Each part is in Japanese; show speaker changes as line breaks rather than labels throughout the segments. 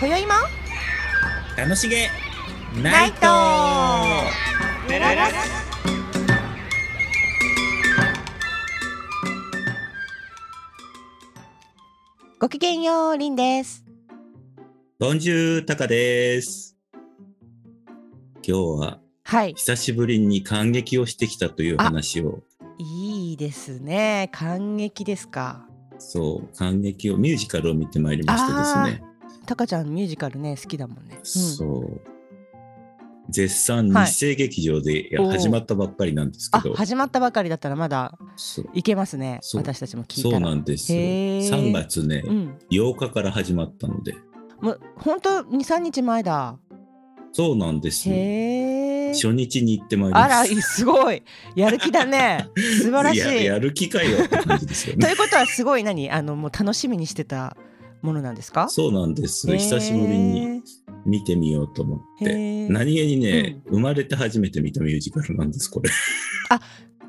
今宵も
楽しげ
ナ
ナ
イ
イ
ト
ト
ごきげんようりんです
ボンジュータカです今日は
はい
久しぶりに感激をしてきたという話を
いいですね感激ですか
そう感激をミュージカルを見てまいりましてですね、
たかちゃんミュージカルね好きだもんね、うん、
そう絶賛
はい
日生劇場でいや
おー
始まったばっかりなんですけ
あ
ど、
始まったばかりだったらまだ
そう
いけますね
そう
私たちも聞いた
そ
ら
うなんですよ
へー
3月ね、
うん
8日から始まったので
もう本当二三日前だ
そうなんですよ
へえ
初日に行ってまいりま
あ
した
らいすごいやる気だ ね素晴らしい
ややる気かよって感じですよ
と
ね
いうことはすごい何あのもう楽しみにしてたものなんですか
そうなんです
へー
久しぶりに見てみようと思っ
へ
て
ー
何気にね、生まれて初めて見たミュージカルなんですこれ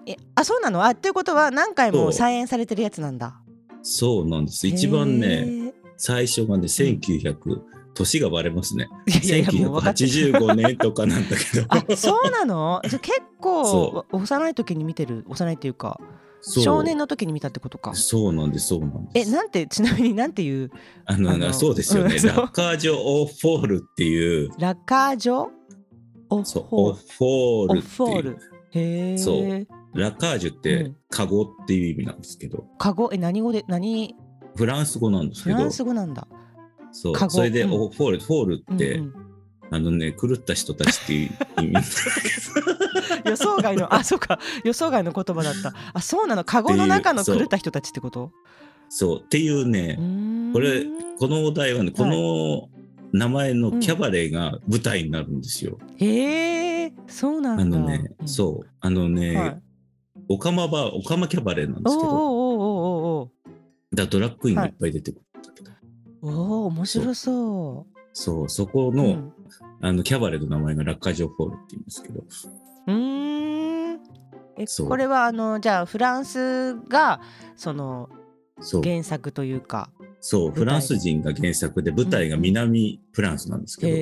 えあそうなのあということは何回
そ
も
う
再演されてるやつなんだ
そうなんです一番ね最初がね1900、年がバレますね
へーいやいやもう分か ってる
1985年とかなんだけど
あそうなのじゃあ結構
そ
幼い時に見てる幼いというか
そう
少年の時に見たってことか
そうなんですそうなんで
え
す
なんてちなみになんていう
あの
あの
そうですよね、
うんそう
ラッカージョ・オフォールっていう
ラッカージョオ
そう
ホ
オ
ー
フォー
オ
ルって
フォー
いう
ルへえ
そうラッカージュっ
う
て
ん
カゴっていう意味なんですけど、
カゴえ何語で何
フランス語なんです
フ
け
ラ
ど
ンス語なんだ
そ
カ
う
ゴ
それで、
うん
おフォールフォールって、
うんうん
あのね狂った人たちっていう 意味
予想外のあそうか予想外の言葉だったあそうなのカゴの中の狂った人たちってこと
そうっていうね
うーん
これこのお題はねこの名前のキャバレーが舞台になるんですよ。
へえそうなんだ
あのね、
うん
そうあのね、
はい
オカマバーオカマキャバレーなんで
お
す
う
けど
おうおうおうおう
だドラッグクイーンがいっぱい出てくるんだけど、
おお面白そ
そうそこ
う
の,、
うん
あのキャバレーの名前がラッカージョホールって言うんですけど
うーんえ
そう
これはあのじゃあフランスがその
そう
原作というか
そう
舞台
フランス人が原作で舞台が南フランスなんですけど、
へ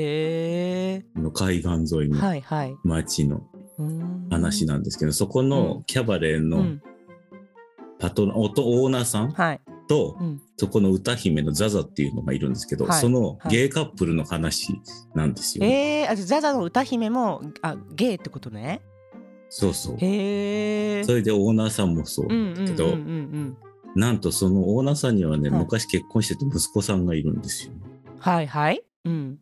え
あの海岸沿いの
はいはい
町の話
だ
なんですけど、そこ
う
の
ん
キャバレー
う
の
ん
パトロン、オトオーナーさん
はい
と、
うん
そこの歌姫のザザっていうのがいるんですけど、
はい
そ
は
の
い
ゲイカップルの話なんですよ、
えー、あじゃあザザの歌姫もあゲイってことね
そうそう。
へえ
それでオーナーさんもそう
う
なん
んう
だ
ん
け
うん
ど、
うん
なんとそのオーナーさんにはね、
はい
昔結婚してて息子さんがいる んですよ。
うんはいはいうん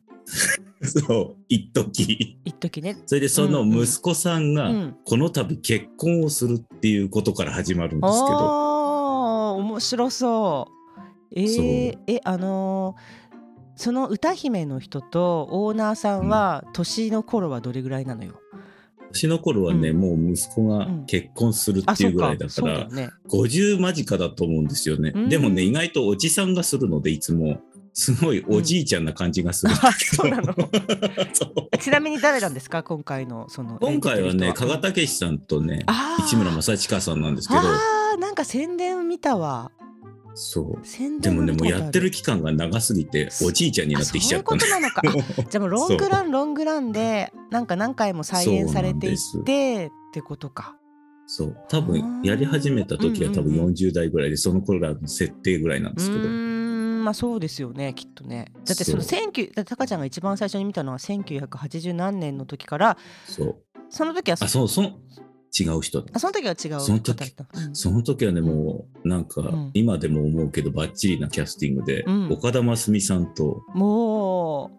そう、一時。
一時ね
それでその息子さん
う
が、
ん
この度結婚をするっていうことから始まるんですけど、
おおー面白そう。えー
そ
えあのーその歌姫の人とオーナーさんは年の頃はどれぐらいなのよ。
年の頃はね、
うん
もう息子が結婚する
あ
ってい
そうう
ぐらい
か
だか
そうだ
ら
よ、ね。
50間近だと思うんですよね
うん。
でもね、意外とおじさんがするので、いつも、すごいおじいちゃんな感じがするんだ
あ
けど。
そうなの。
そう
ちなみに誰なんですか今回のその
今回はね、加賀
田
武史さんとね、
あー
市村正親さんなんですけど、
あーなんか宣伝見たわ。
そう。
宣
で
伝
もね、
見た
もう
ことあ
やってる期間が長すぎて、おじいちゃんになってきちゃった
あ
ね
そういうことなのか。あじゃあもうロングランロングランでなんか何回も再演されてい
そうな
っ
ん
てってことか。
そう。多分、やり始めた時は多分
うんうんうん
40代ぐらいで、その頃らの設定ぐらいなん
う
ですけど
ー。んまあそうですよねきっとねだってその
そ
19だってタカちゃんが一番最初に見たのは1980何年の時から
そう。
その時は
あ、
う
そう、その、違う人だ
あその時は違う
その時
方だったうん
その時はね、もう、なんか
うん、
今でも思うけど、バッチリなキャスティングで、
うん
岡田真澄さんと、
も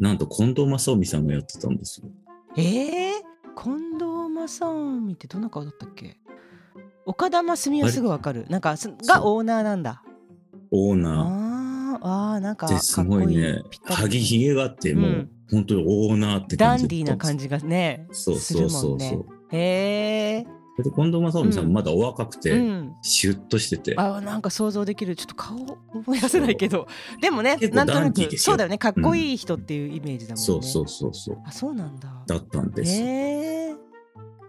なんと近藤正臣さんがやってたんですよ。
うえー、近藤正臣ってどんな顔だったっけ岡田真澄はすぐわかるなんかすが
そう
オーナーなんだ
オーナ
あーあーなんか
ー
か
で
っ
すごいね
こ、ぴった
は
り
ぎひげがあって、も
う、
うん本当にオーナーって
ダ
感じ
ンディーな感
じ。
じがね
そう
す
そ
る
う
も
そ
ん
う
ね
そう。
へえ
で近藤正臣さ
うんん
まだお若く
う
て、
ん
シュッとしてて、
あなんか想像できるちょっと顔思い出せないけどでもね
結構
なんと
ダ
な
ンディーで
く
すよ
そうだよねかっこいい人っていうイメージだもんね、
そうそうそうそう。
あそうなんだ
だったんです。
へえ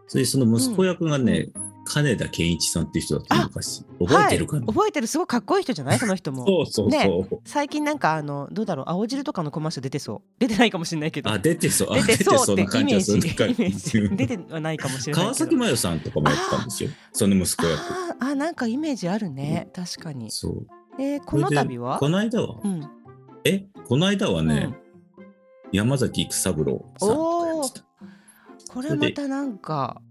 それでその息子役がね、金田健一さんっていう人だったの昔覚えてるかな、
覚えてるすごいかっこいい人じゃ ないその人も
そうそうそう、
ね最近なんかあのどうだろう青汁とかのコマーシャル出てそう出てないかもしれないけど
あ出てそうあ
出てそうって
出
イ
てな感
メ
じ
ー
は
ジ
す
イ
る
メージ出てはないかもしれないけど
川崎麻世さんとかもやったんですよその息子役
あーあなんかイメージあるね、確かに
そう
えー、この
それで
度は
この間は
うん
えこの間はね、
うん
山崎育三郎さんとかやってた
これまたなんか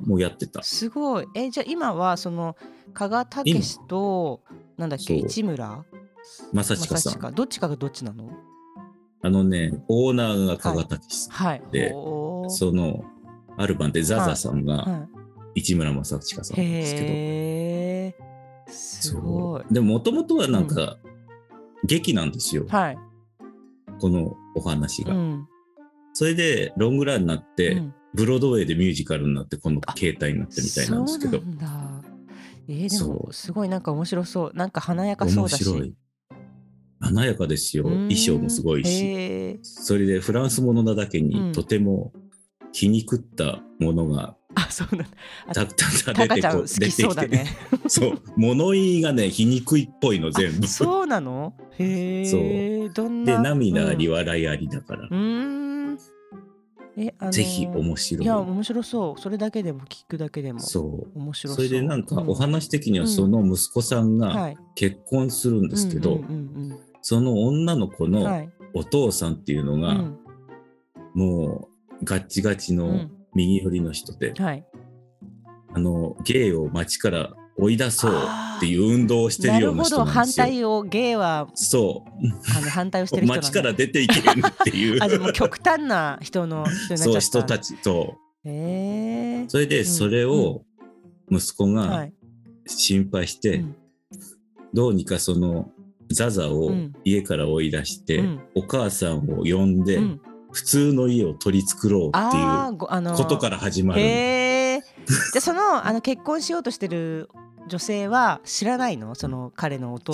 もうやってた
すごいえじゃあ今はその加賀武史となんだっけ
そう
市村
正
正
親さん
親どっちかがどっちなの
あのねオーナーが加賀武史さん、
はい
で
ほー
そのアルバンでザザさんが
は
市村正親さん
い、
なんですけど、
へえすごい
そうでもともとはなんか、劇なんですよ、
はい、
このお話
う
が、
ん
それでロングランになって、
うん
ブロードウェイでミュージカルになってこの形態になってみたいなんですけど
そうなんだえー、で
そ
もすごいなんか面白そうなんか華やかそう
面
だし
白い華やかですよ
うーん
衣装もすごいし
へー
それでフランスものなだけ
うん
にとても気に食ったものが
あそうなんだ
たくさん
タ
出
カ
て
ちゃん
こ
好
出
き
てきて
そうだね
そう物言い がね皮肉いっぽいの全部
そうなのへえどん
で
な
涙あり笑いありだから
う、んうーんえあのー
ぜひ面
いや
白
面白そうそれだけでも聞くだけでも
いそう
面白そう
それでなんか
う
お話的に
う
は
ん
その息子さんが
はい
結婚するんですけど、
うんうん
その女の子
うんうんは
の
い
お父さんっていうの
う
が
ん
もうガッチガチ
う
の
ん
右寄りの人で、
はい
あのゲイを街から追い出そうっていう運動をして
な
るよ
る
うな
ほ
人
ど
なん
反
ですよ。
対をゲイは
そ
あの反対をして
う
る人なん
街
だ
から出ていけるってい う
あでもう極端な人の人になっち
そ
ゃ
う
った
人たちと
へえ
それでそれを息子
は
が
い
心配して、
うん
どうにかそのザザを
うん
家から追い出して、
うん
お母さんを呼んで、
うん
普通の家を取り繕おうって
あ
い
ーごあの
う
ー
ことから始まる、
へえ。じゃあそのあの結婚しようとしてる女性は知らないの？その彼の音。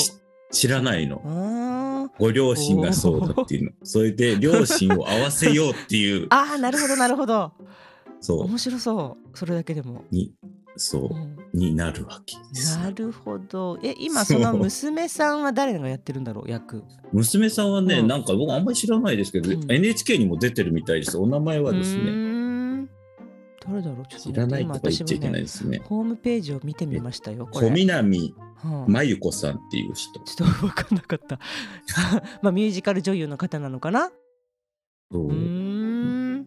知らないの
うーん。
ご両親がそうだっていうのそれで両親を合わせようっていう
ああなるほどなるほど。
そう
面白そう。それだけでも。
にそううんになるわけです
なるほど。え今その娘さんは誰がやってるんだろう役。
娘さんはね、
うん
なんか僕あんまり知らないですけど、
うん
NHK にも出てるみたいですお名前はです
うー
ね
ん誰だろうちょっと
知らないと
今
か言っちゃいけない
ね
ですね
ホームページを見てみましたよ。これ
小南
うん
真由子さんっていう人
ちょっと分かんなかった。 まあミュージカル女優の方なのかな。
そう
うーん。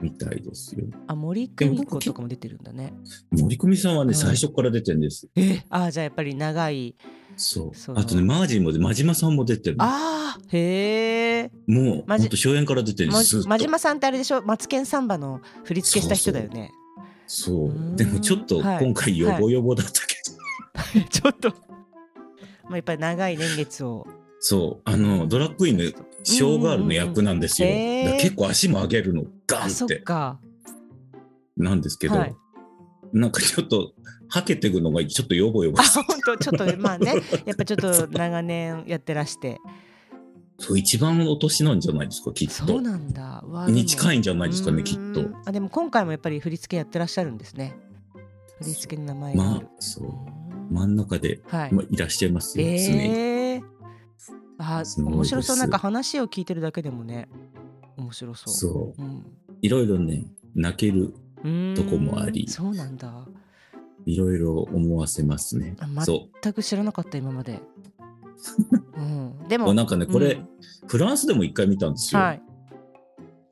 みたいですよ
あ森久美子とかも出てるんだね。
森久美さんはね、
はい
最初から出てるんです
えあーじゃあやっぱり長い
そう
そう
あとねマージンもで真島さんも出てるの
あーへえ
もう
ま
ほ
じ
んと初演から出てるんですずっと
真島さんってあれでしょ「マツケンサンバ」の振り付けした人だよね
そううんでもちょっと
はい
今回ヨボヨボだったけ ど、
ちょっとまあやっぱり長い年月を
そうあのドラッグインのショーガールの役なんですよ、
うんうんうんへー
だから結構足も上げるのガン
あそっ
っ
てか
なんですけど、
はい
なんかちょっとはけていくのがちょっとヨボヨボ
あ
して
本当ちょっとまあねやっぱちょっと長年やってらして
そう一番お年なんじゃないですかきっ
そう
と
なんだわ
に近
いんじ
いんじゃないですかねきっと
あでも今回もやっぱり振り付けやってらっしゃるんですね振り付けの名前が
ま
あ
あ
る、
そう
うん
真ん中で、
はい
まあ、いらっしゃいますよ、常に
ええあ
すごいです
面白そうなんか話を聞いてるだけでもね面白そう,、
そうういろいろね泣ける
うん、
とこもあり
そうなんだ
いろいろ思わせますね
あま
そう
全く知らなかった今ま で、うん、で
も
も
うなんかねこれ、フランスでも一回見たんです
うん
よ、
はい、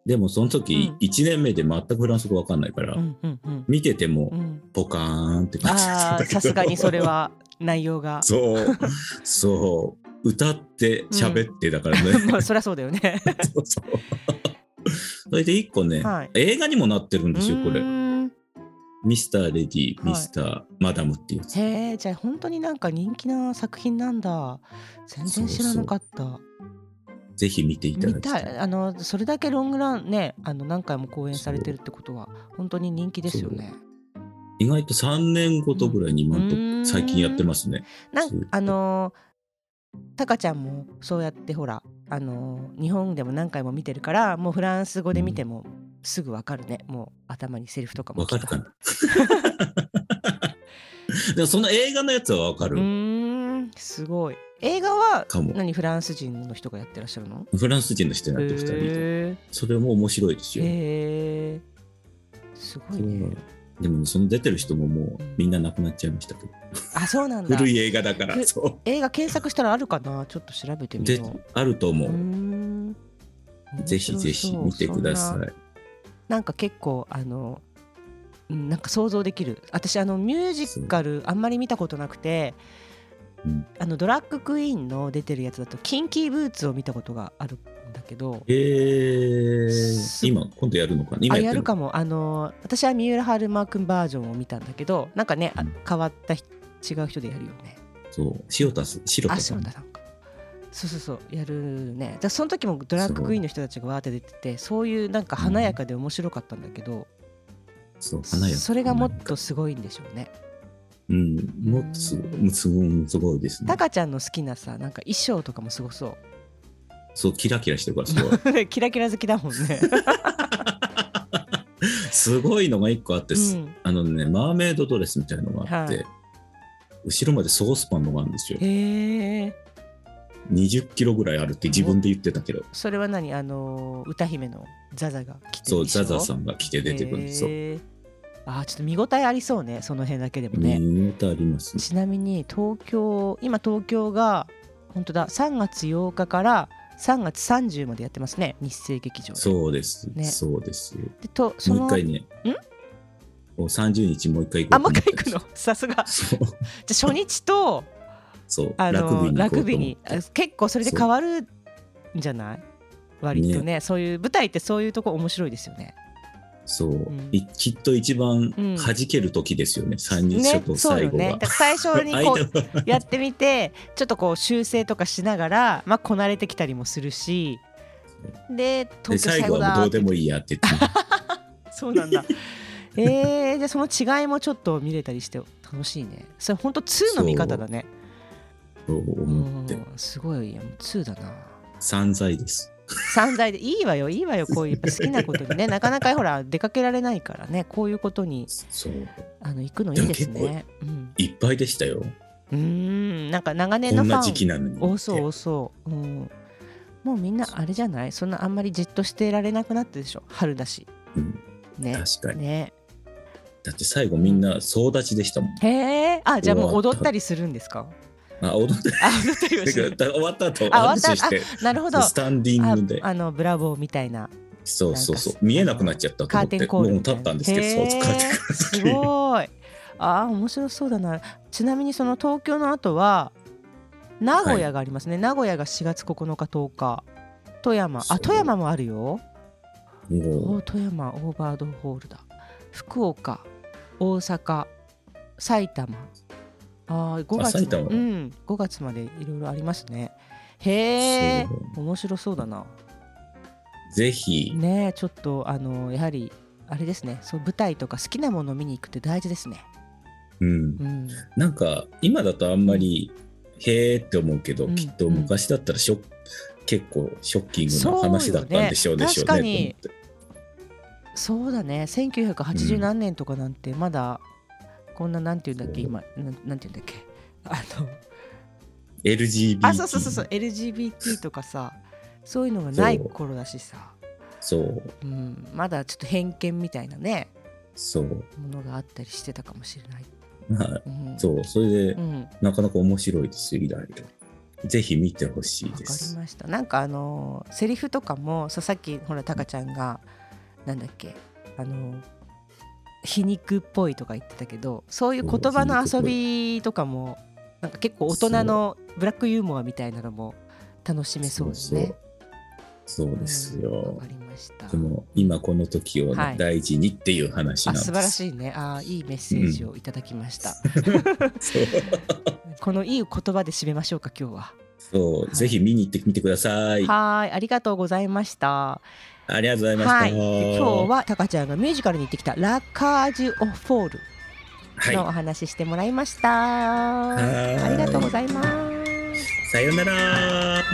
でもその時、
うん
一1年目で全くフランス語わかんないから、
うんうんうん
見てても
う ん、
ポカーンって感じだっ
あ
た
ー
け
さ
ど
すがにそれは内容が
そうそう歌って喋ってだからね、
まあそりゃそうだよね
そうそうそれで一個ね、
はい
映画にもなってるんですよこ
う
れ
ーん
「ミスターレディー
はい
ミスターマダム」っていうやつ
へえじゃあ本当になんか人気な作品なんだ全然知らなかった
ぜひ見ていただ
見
き
た
たい
いあのそれだけロングランねあの何回も公演されてるってことは本当に人気ですよね。
意外と3年ごとぐらいに今んとこ
うん
最近やってますね
なん
そういうこと
あのタカちゃんもそうやってほらあの日本でも何回も見てるからもうフランス語で見てもすぐわかるねもう頭にセリフとかも
わ
来た
かるか なでもその映画のやつはわか
う
る
ーんすごい映画は
かも。
何フランス人の人がやってらっしゃるの
フランス人の人
へ
になって2人で
ー
それも面白いですよ。
へーすごいね
でもその出てる人ももうみんな亡くなっちゃいましたけど
あそうなんだ
古い映画だから
ふ
そ
映画検索したらあるかなちょっと調べて
う
み
で
よう
あると思
うー
う、
ん
ぜひぜひ見てくだ
面白そうそ
さ
んないなんか結構あのうんなんか想像できる私あのミュージカルあんまり見たことなくて、
うん
あのドラッグクイーンの出てるやつだとキンキーブーツを見たことがあるんだけど
えー、
す
今今度やるのかな
あ
今や
や
っ
る
てるの
かもあの私は三浦春馬くんバージョンを見たんだけどなんかね、あ
うん
変わった人違う人でやるよね
そう塩田す白
あ
田
そ
さ
うんだなんかそうそうそうやるねだその時もドラッグクイーンの人たちがわーって出ててそういうなんか華やかで面白かったんだけど、
そう花屋
それがもっとすごいんでしょうね
うんもっとすごいすごいすごいですね
タカちゃんの好きなさなんか衣装とかもすごそ
そうキラキラしてるからすご い
うキラキラ好きだもん ね、
すごいのが一個あってす、
うん
あのねマーメイドドレスみたいのがあって、
は
後ろまでソースパンのがあるんですよ
へえ
20キロぐらいあるって自分で言ってたけど
それは何あのー歌姫のザザが着てる
そう
衣装
ザザさんが着て出てくるんですよ
へーあーちょっと見応えありそうねその辺だけでもね、
見応えありますね
ちなみに東京今東京が本当だ3月8日から3月30までやってますね日生劇場で
そうです、
ね
そうです
でとその
もう一回ねもう30日もう一回行こう
あもう一回行く
と思
の さすが
ってます
じゃあ初日と
そうそう
あ
ラグビ
の
ーに行
ラ
こう
グ
と
ビー
思っ
に
て
あ結構それで変わるんじゃない割とねそういう舞台ってそういうとこ面白いですよね
そう、
ん
いきっと一番
うん
弾ける時ですよね、三人初
ね
と
そう
最
よ
後
ね
が
だか、ら最初にこ
間
う
は
やってみてちょっとこう修正とかしながらまあこなれてきたりもするしで
で
東京
最
最
後
後
は
だ
もうどうでもいいやって言って
そうなん だ。えー、でその違いもちょっと見れたりして楽しいね。それ本当2の見方だね。
そう思 って
うんすごいやもう2だな。
散財です
散財でいいわよいいわよこういうやっぱ好きなことに ねなかなかほら出かけられないからねこういうことに
そう
あの行くのいいです
でも
ね。うん、
いっぱいでしたよ
うーんなんか長年
こ
の
ん
フ
な時期
ァン
なのに
多そう多そう。うんもうみんなあれじゃないそんなあんまりじっとしてられなくなってでしょ春だし
うん
ね
確かに
ね
だって最後みんな総立ちでしたもん、
へえあじゃあもう
終わっ
踊
た
ったりするんですか
あ踊って
あ踊ったりはしない
だから終わった
あ
後握
終わ
手
った
して
なるほど。
スタンディ
あ
ングで
あのブラボーみたいな
そうそうそ
なん
う
か
見えなくなっちゃったと
カ
思
ー
っ
テ
て
ン
も
コール
う
みたい
立
な
ったんですけどそう帰ってくる
す
時
ごいあー面白そうだなちなみにその東京の後は名古屋がありますね、名古屋が4月9日10日富山
そ
あ
う
富山もあるよ
にも
お
う
ー富山オーバードホールだ福岡大阪埼玉あー5月ま
あ埼玉
うん、5月までいろいろありますねへえ
そ
面白そうだな
ぜひ
ねえちょっとあのやはりあれですねそう舞台とか好きなものを見に行くって大事ですね、
うん
うん、
なんか今だとあんまり、へーって思うけど、
うん
きっと昔だったらショッ結構ショッキングな話だったんでしょうでしょう
そうよ
ね
ねそうだね1980何年とかなんてまだこんななんて言うんだっけ
そう
今なんなんて言うんだっけあの
と LGBT
あそうそうそうそう LGBT とかさそういうのがない頃だしさ、
そう
うん、まだちょっと偏見みたいなね
そう
ものがあったりしてたかもしれない、
まあ
うん、
そうそれで、
うん、
なかなか面白いですよ意外とぜひ見てほしい
わか
で
り
す
ましたなんかあのーセリフとかもささっきほらタカちゃんがなんだっけあのー皮肉っぽいとか言ってたけどそういう言葉の遊びとかもなんか結構大人のブラックユーモアみたいなのも楽しめそうですね。
そうそうですよ、
うんわかりました。
でも今この時を
はい
大事にっていう話なん
あ
です。
素晴らしいね。あーいいメッセージをいただきました。
そう
このいい言葉で締めましょうか今日は。
そう、
はい
ぜひ見に行ってみてください。
はーいありがとうございました。
ありがとうございました。
はい、で今日はタカちゃんがミュージカルに行ってきた「ラ・カージュ・オ・フォール
は」い
のお話ししてもらいました、
い
ありがとうございます
さようなら。